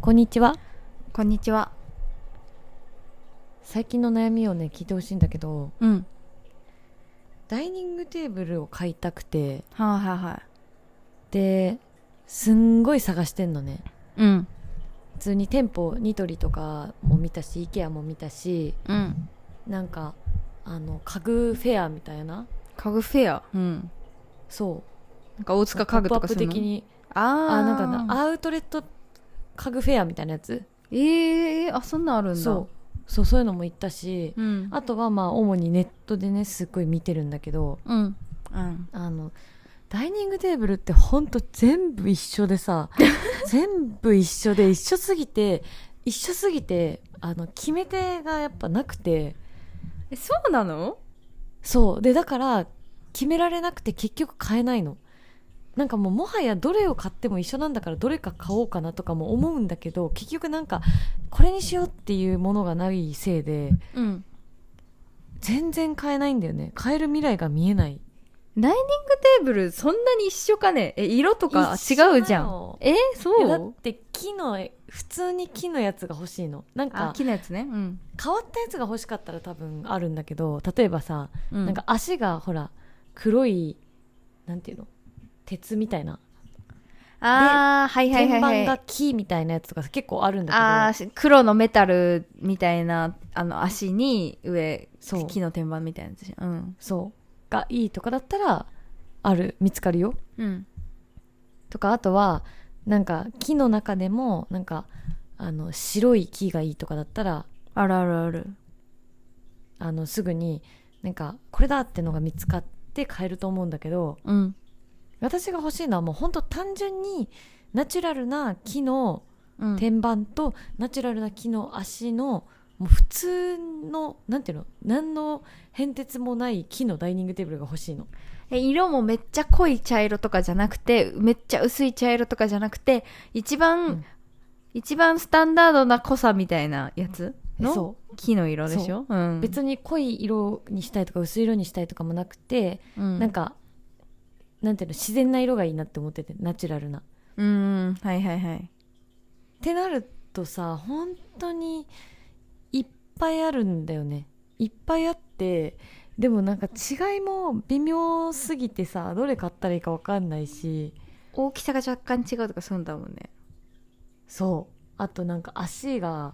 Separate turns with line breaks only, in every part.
こんにちは
こんにちは。
最近の悩みをね聞いてほしいんだけど
うん。
ダイニングテーブルを買いたくて
はいはいは
ですんごい探してんのね
い。うん。
普通に店舗ニトリとかも見たし IKEA も見たし
うん。
なんかあの家具フェアみたいな
家具フェア。うん。
そう
なんか大塚家具とかす
ポッ
る
プアップ的
の
に
あ
あ
ー
ーなんかなアウトレット家具フェアみたいなやつ
ええー、あ、そんなんあるんだ。
そうそうそういうのも行ったし、
う。うん。
あとはまあ主にネットでねすっごい見てるんだけど
うん。うん。
あのダイニングテーブルってほんと全部一緒で さ全部一緒で一緒すぎて一緒すぎてあの決め手がやっぱなくて
え、そうなの
そうでだから決められなくて結局買えないのなんかもうもはやどれを買っても一緒なんだからどれか買おうかなとかも思うんだけど結局なんかこれにしようっていうものがないせいで
うん。
全然買えないんだよね買える未来が見えない
ダイニングテーブル、そんなに一緒かねえ、色とか
一
違
緒なの
うじゃん。え、
いやだ
そ
っ
う
て木の普通に木のやつが欲しいのなん
あ
か、
木のやつね。うん。
変わったやつが欲しかったら多分あるんだけど例えばさ、
な
なんか、足がほら黒いなんていうの鉄みたいな、
あー、はいはいはい、はい。
天板が木みたいなやつとか結構あるん
あ
だ
ーし黒のメタルみたいなあの足に上
そう
木の天板みたいなやつじゃんうん
けどそうがいいとかだったらある見つかるよ
うん
とかあとはなんか木の中でもなんかあの白い木がいいとかだったら
あるあるある
あのすぐになんかこれだってのが見つかって買えると思うんだけど
うん
私が欲しいのはもうほんと単純にナチュラルな木の
うん
天板とナチュラルな木の足のもう普通のなんていうの何の変哲もない木のダイニングテーブルが欲しいの
え色もめっちゃ濃い茶色とかじゃなくてめっちゃ薄い茶色とかじゃなくて一番、
うん
一番スタンダードな濃さみたいなやつの
そ
木の色でしょ、うん、
別に濃い色にしたいとか薄い色にしたいとかもなくて、
うん、
なんかなんていうの自然な色がいいなって思っててナチュラルな。っ
うんはいはいはい
てなるとさ本当にいっぱいあるんだよねいっぱいあってでもなんか違いも微妙すぎてさどれ買ったらいいか分かんないし。
大きさが若干違うとかそうだもんね
そうあとなんか足が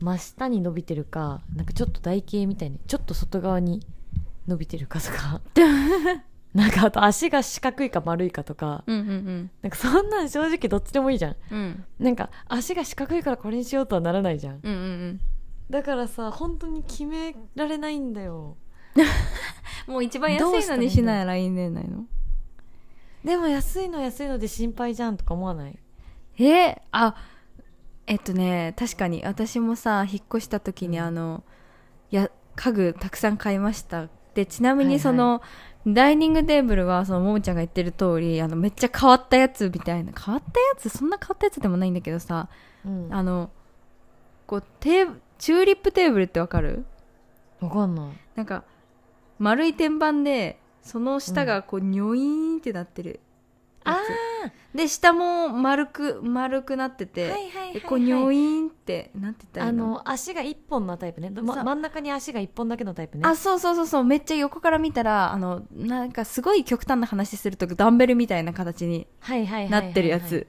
真下に伸びてるかなんかちょっと台形みたいにちょっと外側に伸びてるかとかなんかあと足が四角いか丸いかとか
うんうん
なんかそんなん正直どっちでもいいじゃん
うんうん
なんか足が四角いからこれにしようとはならないじゃん
うんうん
だからさ本当に決められないんだよ
もう一番安いのにしないらいいんじゃないの
でも安いの安いので心配じゃんとか思わない
えあえっとね確かに私もさ引っ越した時に
うん
あの、や家具たくさん買いましたでちなみ
はいは
に
い
その、ダイニングテーブルはそのももちゃんが言ってる通りあのめっちゃ変わったやつみたいな変わったやつそんな変わったやつでもないんだけどさ
うん
あのこうテーブチューリップテーブルってわかる
分かんない
なんか丸い天板でその下がこうニョイーンってなってるやつ、で下も丸く丸くなってて、
いはい
えこうニョイーンってなんて言ったらい
あ
いの
の足が一本のタイプね、ま、
そう
真ん中に足が一本だけのタイプね
あそうそうそうそうめっちゃ横から見たらあのなんかすごい極端な話するとダンベルみたいな形に
はいはいはいはいはい
なってるやつ、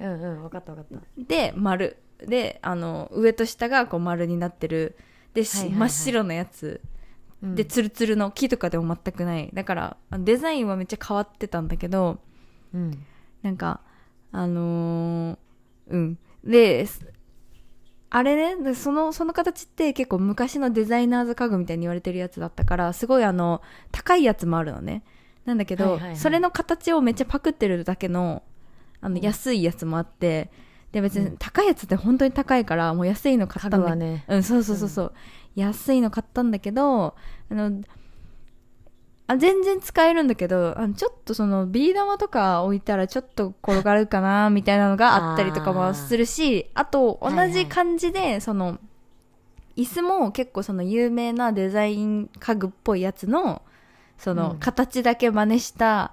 うんうん分かった分かっ
で丸であの上と下がこう丸になってるで、し
はいはいはい
真っ白のやつ
た、
でツルツルの木とかでも全くないだからあのデザインはめっちゃ変わってたんだけど、
うん
なんか、あのーうん。で、すあれね、でその、その形って結構昔のデザイナーズ家具みたいに言われてるやつだったから、すごいあの、高いやつもあるのね。なんだけど、
はいはいはい
それの形をめっちゃパクってるだけの、あの、
うん
安いやつもあって、で、別
う
に
ん
高いやつって本当に高いから、もう安いの買
家
ったん
具
だけど
はね
うん、そうそうそうそう、安いの買ったんだけどあのあ全然使えるんだけどあのちょっとそのビー玉とか置いたらちょっと転がるかなみたいなのがあったりとか
あー
もするしあと同
はいは
じ
い
感じで、その椅子も結構その有名なデザイン家具っぽいやつのその、
うん
形だけ真似した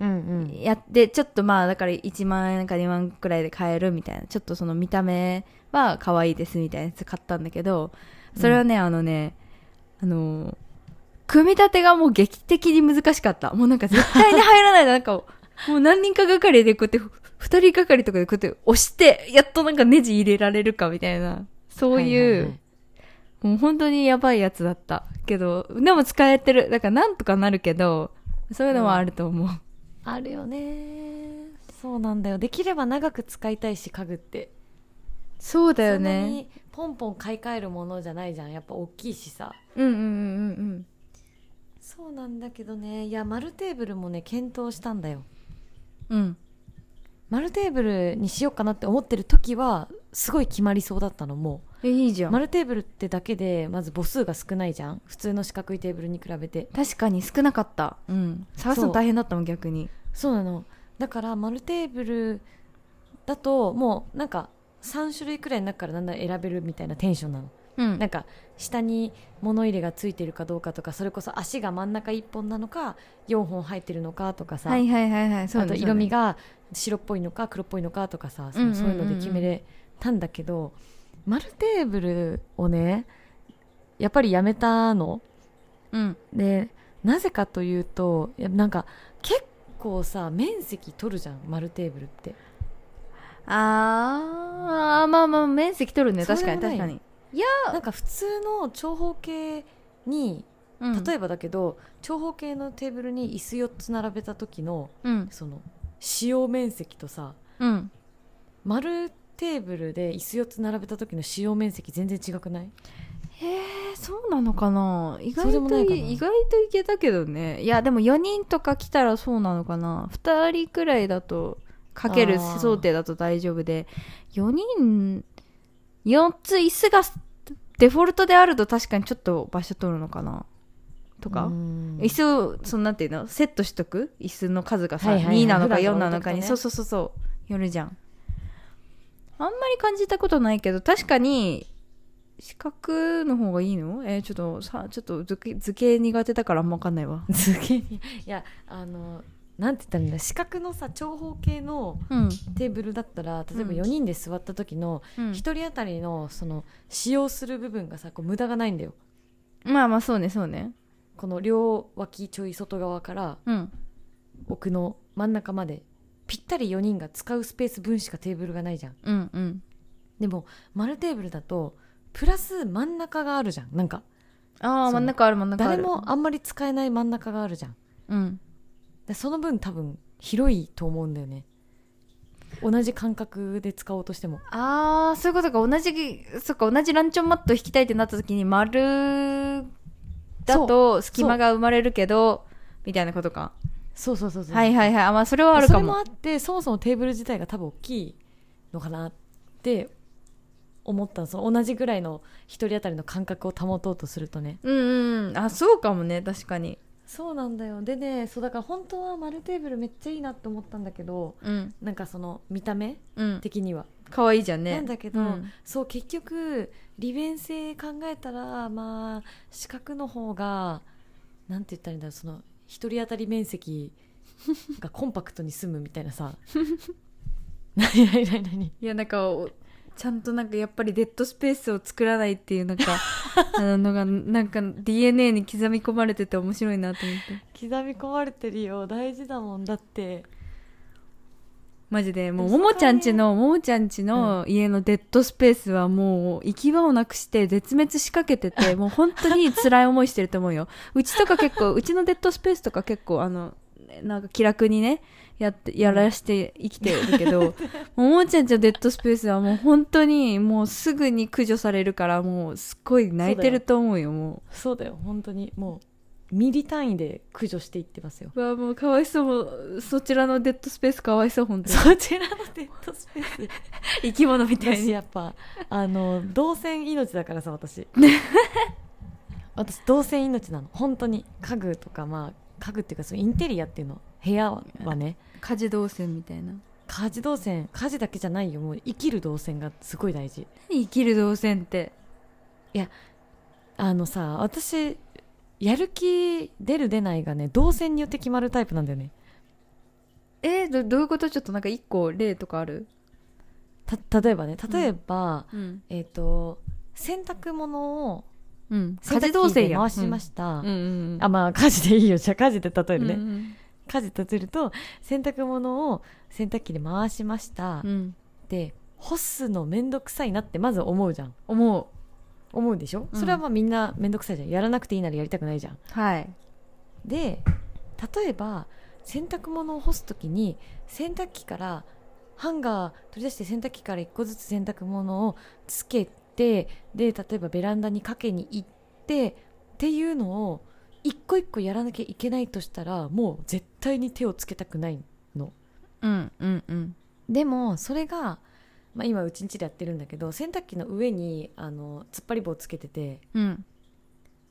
うんうん
やってちょっとまあだから1万円か2万円くらいで買えるみたいなちょっとその見た目は可愛いですみたいなやつ買ったんだけどそれはね、あのねあのー組み立てがもう劇的に難しかったもうなんか絶対に入ら ないなんかもう何人かがかりでこうやって2人がかりとかでこうやって押してやっとなんかネジ入れられるかみたいなそういう、
はいはいはい
もう本当にやばいやつだったけどでも使えてるだからなんとかなるけどそういうのはあると思う、
あるよねそうなんだよできれば長く使いたいし家具って
そうだよ
そんな
ね
にポンポン買い替えるものじゃないじゃんやっぱ大きいしさ
うんうんうんうん
そうなんだけどねいや丸テーブルもね検討したんだよ
うんうん
丸テーブルにしようかなって思ってる時はすごい決まりそうだったのも
えいいじゃ、
うん丸テーブルってだけでまず母数が少ないじゃん普通の四角いテーブルに比べて
確かに少なかった、うん、探すの大変だったもん逆に
そうなのだから丸テーブルだともうなんか3種類くらいの中からだんだん選べるみたいなテンションなの
うん
なんか下に物入れがついてるかどうかとかそれこそ足が真ん中1本なのか4本入ってるのかとかさ、
はいはいはいはいそう
あ
ね
と色味が白っぽいのか黒っぽいのかとかさそ
うん
の
うんうん
そういうので決めれたんだけど丸テーブルをねやっぱりやめたの
そうね
でなぜかというといやなんか結構さ面積取るじゃん丸テーブルって
うんあーまあまあ面積取るね
そうで
確
も
か
ない
に確かに、
なんか普通の長方形に
うん、
例
え
えばだけど、長方形のテーブルに椅子4つ並べた時の
ばうん
その使用面積とさ
うん
丸テーブルで椅子4つ並べた時の使用面積全然違くない
えーそうなのかな意
そう
外
でも
と
ない
い
かな
意外といけたけどねいやでも4人とか来たらそうなのかな2人くらいだとかける
あー
想定だと大丈夫で4人4つ椅子がデフォルトであると確かにちょっと場所取るのかな
と
とか、椅
椅
子をそのなんていうのセットしとく椅子の数がさ、
はいはいはい
2なのか
普段
4
と
なのかに、
置いと
そう
く
そうそうそうよるじゃんあんまり感じたことないけど確かに四角の方がいいのえーちょっとさちょっと図形図形苦手だからあんま分かんないわ
すげえ いやあのなんて言ったらいいんだ四角のさ長方形の
うん、
テーブルだったら例えば
うん
4人で座った時の1人当たりのその使用する部分がさこう無駄がないんだよ
まあまあそうねそうね
この両脇ちょい外側から
うん
奥の真ん中までぴったり4人が使うスペース分しかテーブルがないじゃん
うんうん
でも丸テーブルだとプラス真ん中があるじゃんなんか
ああ
そう
真ん中ある真ん中ある
誰もあんまり使えない真ん中があるじゃん
うん
でその分多分広いと思うんだよね同じ感覚で使おうとしても
ああそういうことか同じそっか同じランチョンマット引きたいってなった時に丸だと隙間が生まれるけどみたいなことか
そうそうそうそう
はいはいはいあまあそれはある
そ
か
れ
も
もあってそもそもテーブル自体が多分大きいのかなって思ったのその同じぐらいの一人当たりの感覚を保とうとするとね
うんうんあそうかもね確かに
そうなんだよでねそうだから本当は丸テーブルめっちゃいいなって思ったんだけど
うん
なんかその見た目
うん
的には、
可愛いじゃんね
なんだけど、
うん
そう結局利便性考えたらまあ四角の方がなんて言ったらいいんだろうその一人当たり面積がコンパクトに済むみたいな さ何何何何
いやなんかおちゃんとなんかやっぱりデッドスペースを作らないっていうなん かあののがなんか DNA に刻み込まれてて面白いなと思って
刻み込まれてるよ大事だもんだって
マジでもう
でも
ももちゃんちのももちゃんちの家のデッドスペースはもう行き場をなくして絶滅しかけて てもう本当に辛い思いしてると思うようちとか結構うちのデッドスペースとか結構あのなんか気楽にねやってやらして生きてるけ どももちゃんちのデッドスペースはもう本当にもうすぐに駆除されるからもうすっごい泣いてると思うよも
そうだよ本当にもうミリ単位で駆除していってますよ
ううわもうかわいそうもうそちらのデッドスペースかわいそう本当に
そちらのデッドスペース
生き物みたい
私
に
やっぱあの動線命だからさ 私私動線命なの本当に家具とかまあ家具っていうかそのインテリアっていうの部屋はね
家事動線みたいな
家事動線家事だけじゃないよもう生きる動線がすごい大事
生きる動線って
あのさ私やる気出る出ないがね動線によって決まるタイプなんだよね
えー、どどういうことちょっとなんか一個例とかある
た例えばね例えば、
うん、
えっ、と洗濯物を
うん、
洗
家事
濯
動
機で
線や
回しま
た、
した、
うんうんうん、
あまあ家事でいいよじゃあ家事で例え
う
る
ん
ね、
うん
家事例えると洗濯物を洗濯機で回しました、
うん、
で干すのめんどくさいなってまず思うじゃん
思う
思うでしょ、
うん
それはまあみんなめんどくさいじゃんやらなくていいならやりたくないじゃん
はい
で例えば洗濯物を干す時に洗濯機からハンガー取り出して洗濯機から1個ずつ洗濯物をつけてで例えばベランダにかけに行ってっていうのを一個一個やらなきゃいけないとしたらもう絶対に手をつけたくない
うんうんうん
でもそれが、まあ、今うちんちでやってるんだけど洗濯機の上にあの突っ張り棒つけてて
うん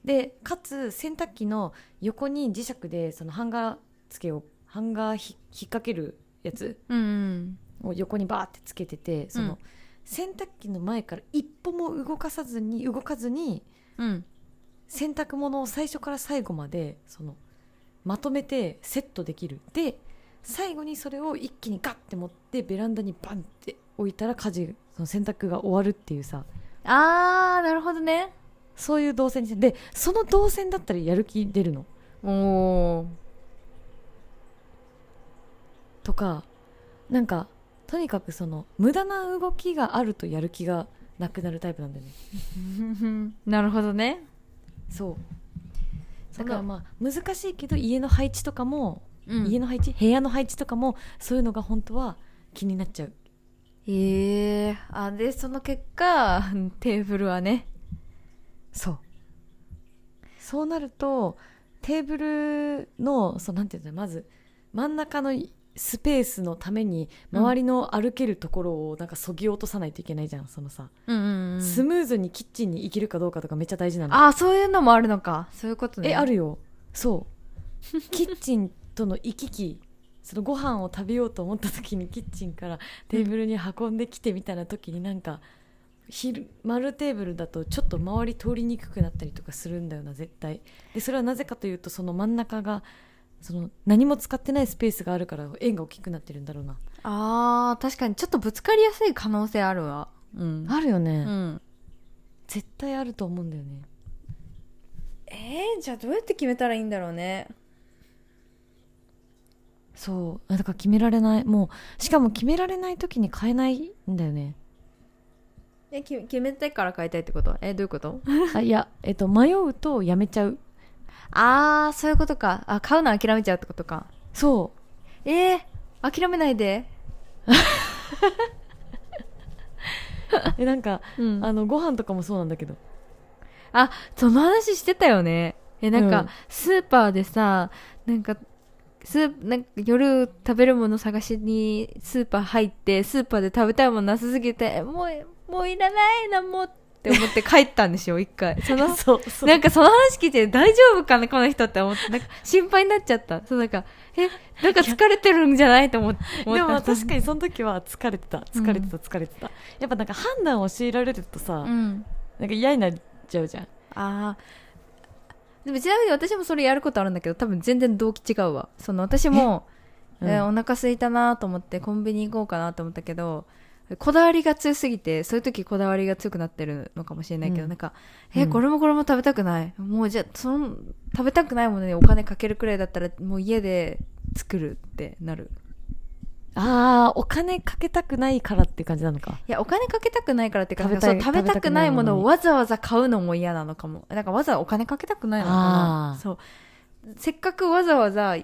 でかつ洗濯機の横に磁石でそのハンガーつけをハンガーひ引っ掛けるやつ
うんうん
を横にバーってつけててその、
うん
洗濯機の前から一歩も動かさずに動かずに
うん
洗濯物を最初から最後までそのまとめてセットできるで最後にそれを一気にガッて持ってベランダにバンって置いたら家事その洗濯が終わるっていうさ
あーなるほどね
そういう動線にしてでその動線だったらやる気出るの
おお
とかなんかとにかくその無駄な動きがあるとやる気がなくなるタイプなんだよね
なるほどね
そう
だ
だ
から
からまあ難しいけど家の配置とかも、家
家の
の配置部屋の配置とかもそういうのが本当は気になっちゃう
ええあでその結果 テーブルはね
そうそうなるとテーブルのそうなんていうんだろうまず真ん中のスペースのために周りの歩けるところをなんかそぎ落とさないといけないじゃんそのさ、
うんうん、
スムーズにキッチンに行けるかどうかとかめっちゃ大事なの
あそういうのもあるのかそういうことね
えあるよそう キッチンとの行き来そのご飯を食べようと思った時にキッチンからテーブルに運んできてみたいな時になんか昼丸テーブルだとちょっと周り通りにくくなったりとかするんだよな絶対でそれはなぜかというとその真ん中がその何も使ってないスペースがあるから円が大きくなってるんだろうな
あー確かにちょっとぶつかりやすい可能性あるわうん
あるよね、
うん
絶対あると思うんだよね
えー、じゃあどうやって決めたらいいんだろうね
そうあだから決められないもうしかも決められない時に買えないんだよね
えき決めてから変えたいってことえどういうこと
あいや、えっと、迷うとやめちゃう
あーそういうことかあ買うの諦めちゃうってことか
そ
えー、諦めないで
うえなんか
うん
あのご飯とかもそうなんだけど
あ、その話してたよね。え、なんか、
うん
スーパーでさ、なんか、スーなんか夜食べるもの探しにスーパー入って、スーパーで食べたいものなさすぎて、もう、もういらないな、もうって思って帰ったんでし ょ、一回。その、
そうそ
なんかその話聞いて大丈夫かな、この人って思って、なんか心配になっちゃった。そう、なんか、え、なんか疲れてるんじゃないと思って。
でもまあ確
に。
かにその時は疲れてた疲れてた疲れてた、やっぱなんか判断を強いられるとさ、
うん。
なんか嫌になっちゃうじゃん
ああ。でもちなみに私もそれやることあるんだけど、多分全然動機違うわ。その私も、
えうん
えーお腹空いたなと思ってコンビニ行こうかなと思ったけど、こだわりが強すぎて、そういう時こだわりが強くなってるのかもしれないけど、
うん
なんか、え、
うん
これもこれも食べたくない。もうじゃあ、その、食べたくないものにお金かけるくらいだったら、もう家で作るってなる。
あーお金かけたくないからっていう感じなのか
いや、お金かけたくないからっていうか、
食べ
そ
た
う
い
食べたくないものを
食
わざわざ買うのも嫌なのかも。なんかわざわざお金かけたくないのかな
あ。ー
そう。せっかくわざわざ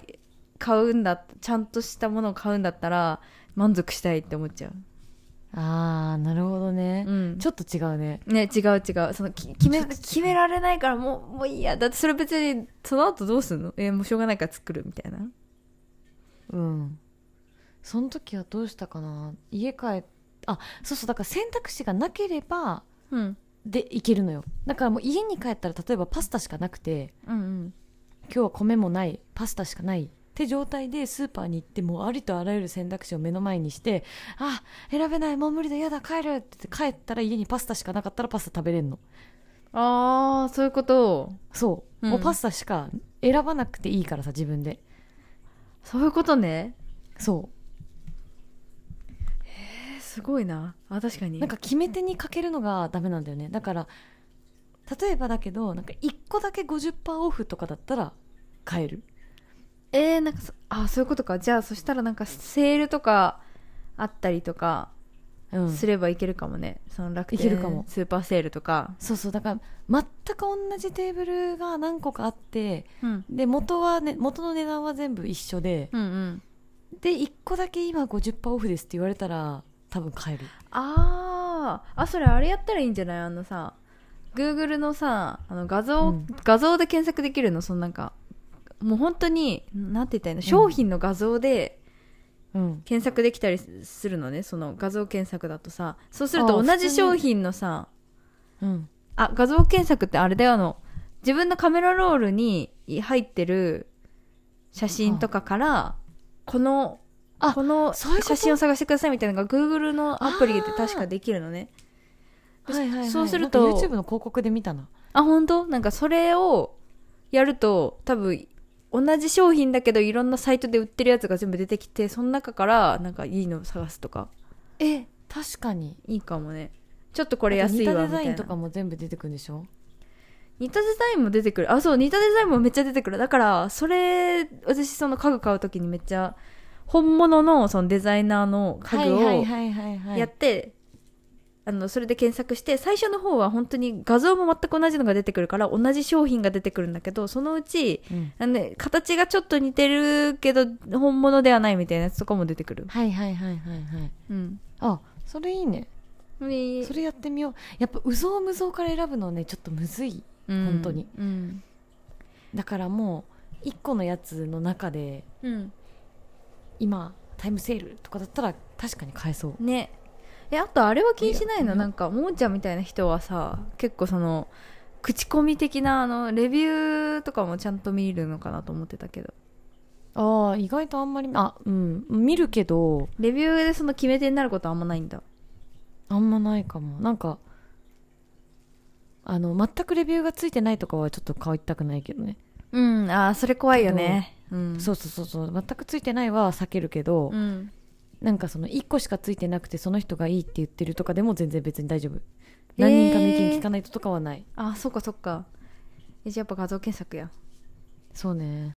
買うんだ、ちゃんとしたものを買うんだったら、満足したいって思っちゃう。
ああなるほどね
う、ん。
ちょっと違うね
ね、違う違う。その、き決め、
ちょっと違う
決められないからもう、もういいや。だってそれ別に、その後どうすんのえ、もうしょうがないから作るみたいな。
うんその時はどうしたかな家帰っあそうそうだから選択肢がなければ
うん。
でいけるのよだからもう家に帰ったら例えばパスタしかなくて
うんうん。
今日は米もないパスタしかないって状態でスーパーに行ってもうありとあらゆる選択肢を目の前にしてあ選べないもう無理だやだ帰るって言って帰ったら家にパスタしかなかったらパスタ食べれんの
あー、そういうこと。
そう、
うん
もうパスタしか選ばなくていいからさ自分で
そういうことね。
そ
えすごいなあ確か
う
に
なんか決め手にかけるのがダメなんだよねだから例えばだけどなんか1個だけ50%オフとかだったら買える
えー、なんかそあそういうことかじゃあそしたらなんかセールとかあったりとか
うん
すればいけるかもね、その楽
いけるかも
天スーパーセールとか、
そうそうだから全く同じテーブルが何個かあって
うん、
で元は、ね、元の値段は全部一緒で
うん
で1個だけ今50%オフですって言われたら多分買える
あーあそれあれやったらいいんじゃないあのさ Google のさあの画像、
うん
画像で検索できるのそのなんかもう本当になんて言ったらいいの商品の画像で
うん
検索できたりするのねその画像検索だとさそうする
あ
と
ー
同
普通
じ
に
商品のさ
うん
あ、画像検索ってあれだよ、あの、自分のカメラロールに入ってる写真とかから、この、
あ
この
そういうこと
写真を探してくださいみたいなのが Google のアプリで
あー
確かできるのね。で
はいはいはい、
そうすると
なんか YouTube の広告で見たな
あ、本当なんかそれをやると、多分、同じ商品だけどいろんなサイトで売ってるやつが全部出てきて、その中からなんかいいのを探すとか、
え確かに
いいかもね。ちょっとこ
こ
れ安いわみたいな。
似たデザインとかも全部出てくるんでしょ
似たデザインも出てくるあそう似たデザインもめっちゃ出てくるだからそれ私その家具買う時にめっちゃ本物のそのデザイナーの家具
はい
を
はいはいはいはい
やって、あのそれで検索して最初の方は本当に画像も全く同じのが出てくるから同じ商品が出てくるんだけどそのうち
うん
あのね形がちょっと似てるけど本物ではないみたいなやつとかも出てくる
はいはいはいはいはい
うん
あそれいいね
に
それやってみようやっぱうぞうむぞうから選ぶのねちょっとむずい
うん
本当に
うん、
だからもう1個のやつの中で
うん、
今タイムセールとかだったら確かに買えそう
ねえあとあれは気にしない
いい
の
よ
なんかももちゃんみたいな人はさ結構その口コミ的なあのレビューとかもちゃんと見るのかなと思ってたけど
ああ意外とあんまりあうん見るけど
レビューでその決め手になることはあんまないんだ
あんまないかもなんかあの全くレビューがついてないとかはちょっと買いたくないけどね、
うんあーそれ怖いよねうん
そうそうそうそう全くついてないは避けるけど、
うん
なんかその1個しかついてなくてその人がいいって言ってるとかでも全然別に大丈夫
えー
何人かの意見聞かないととかはない、
あーそっかそっかえじゃあやっぱ画像検索や
そうね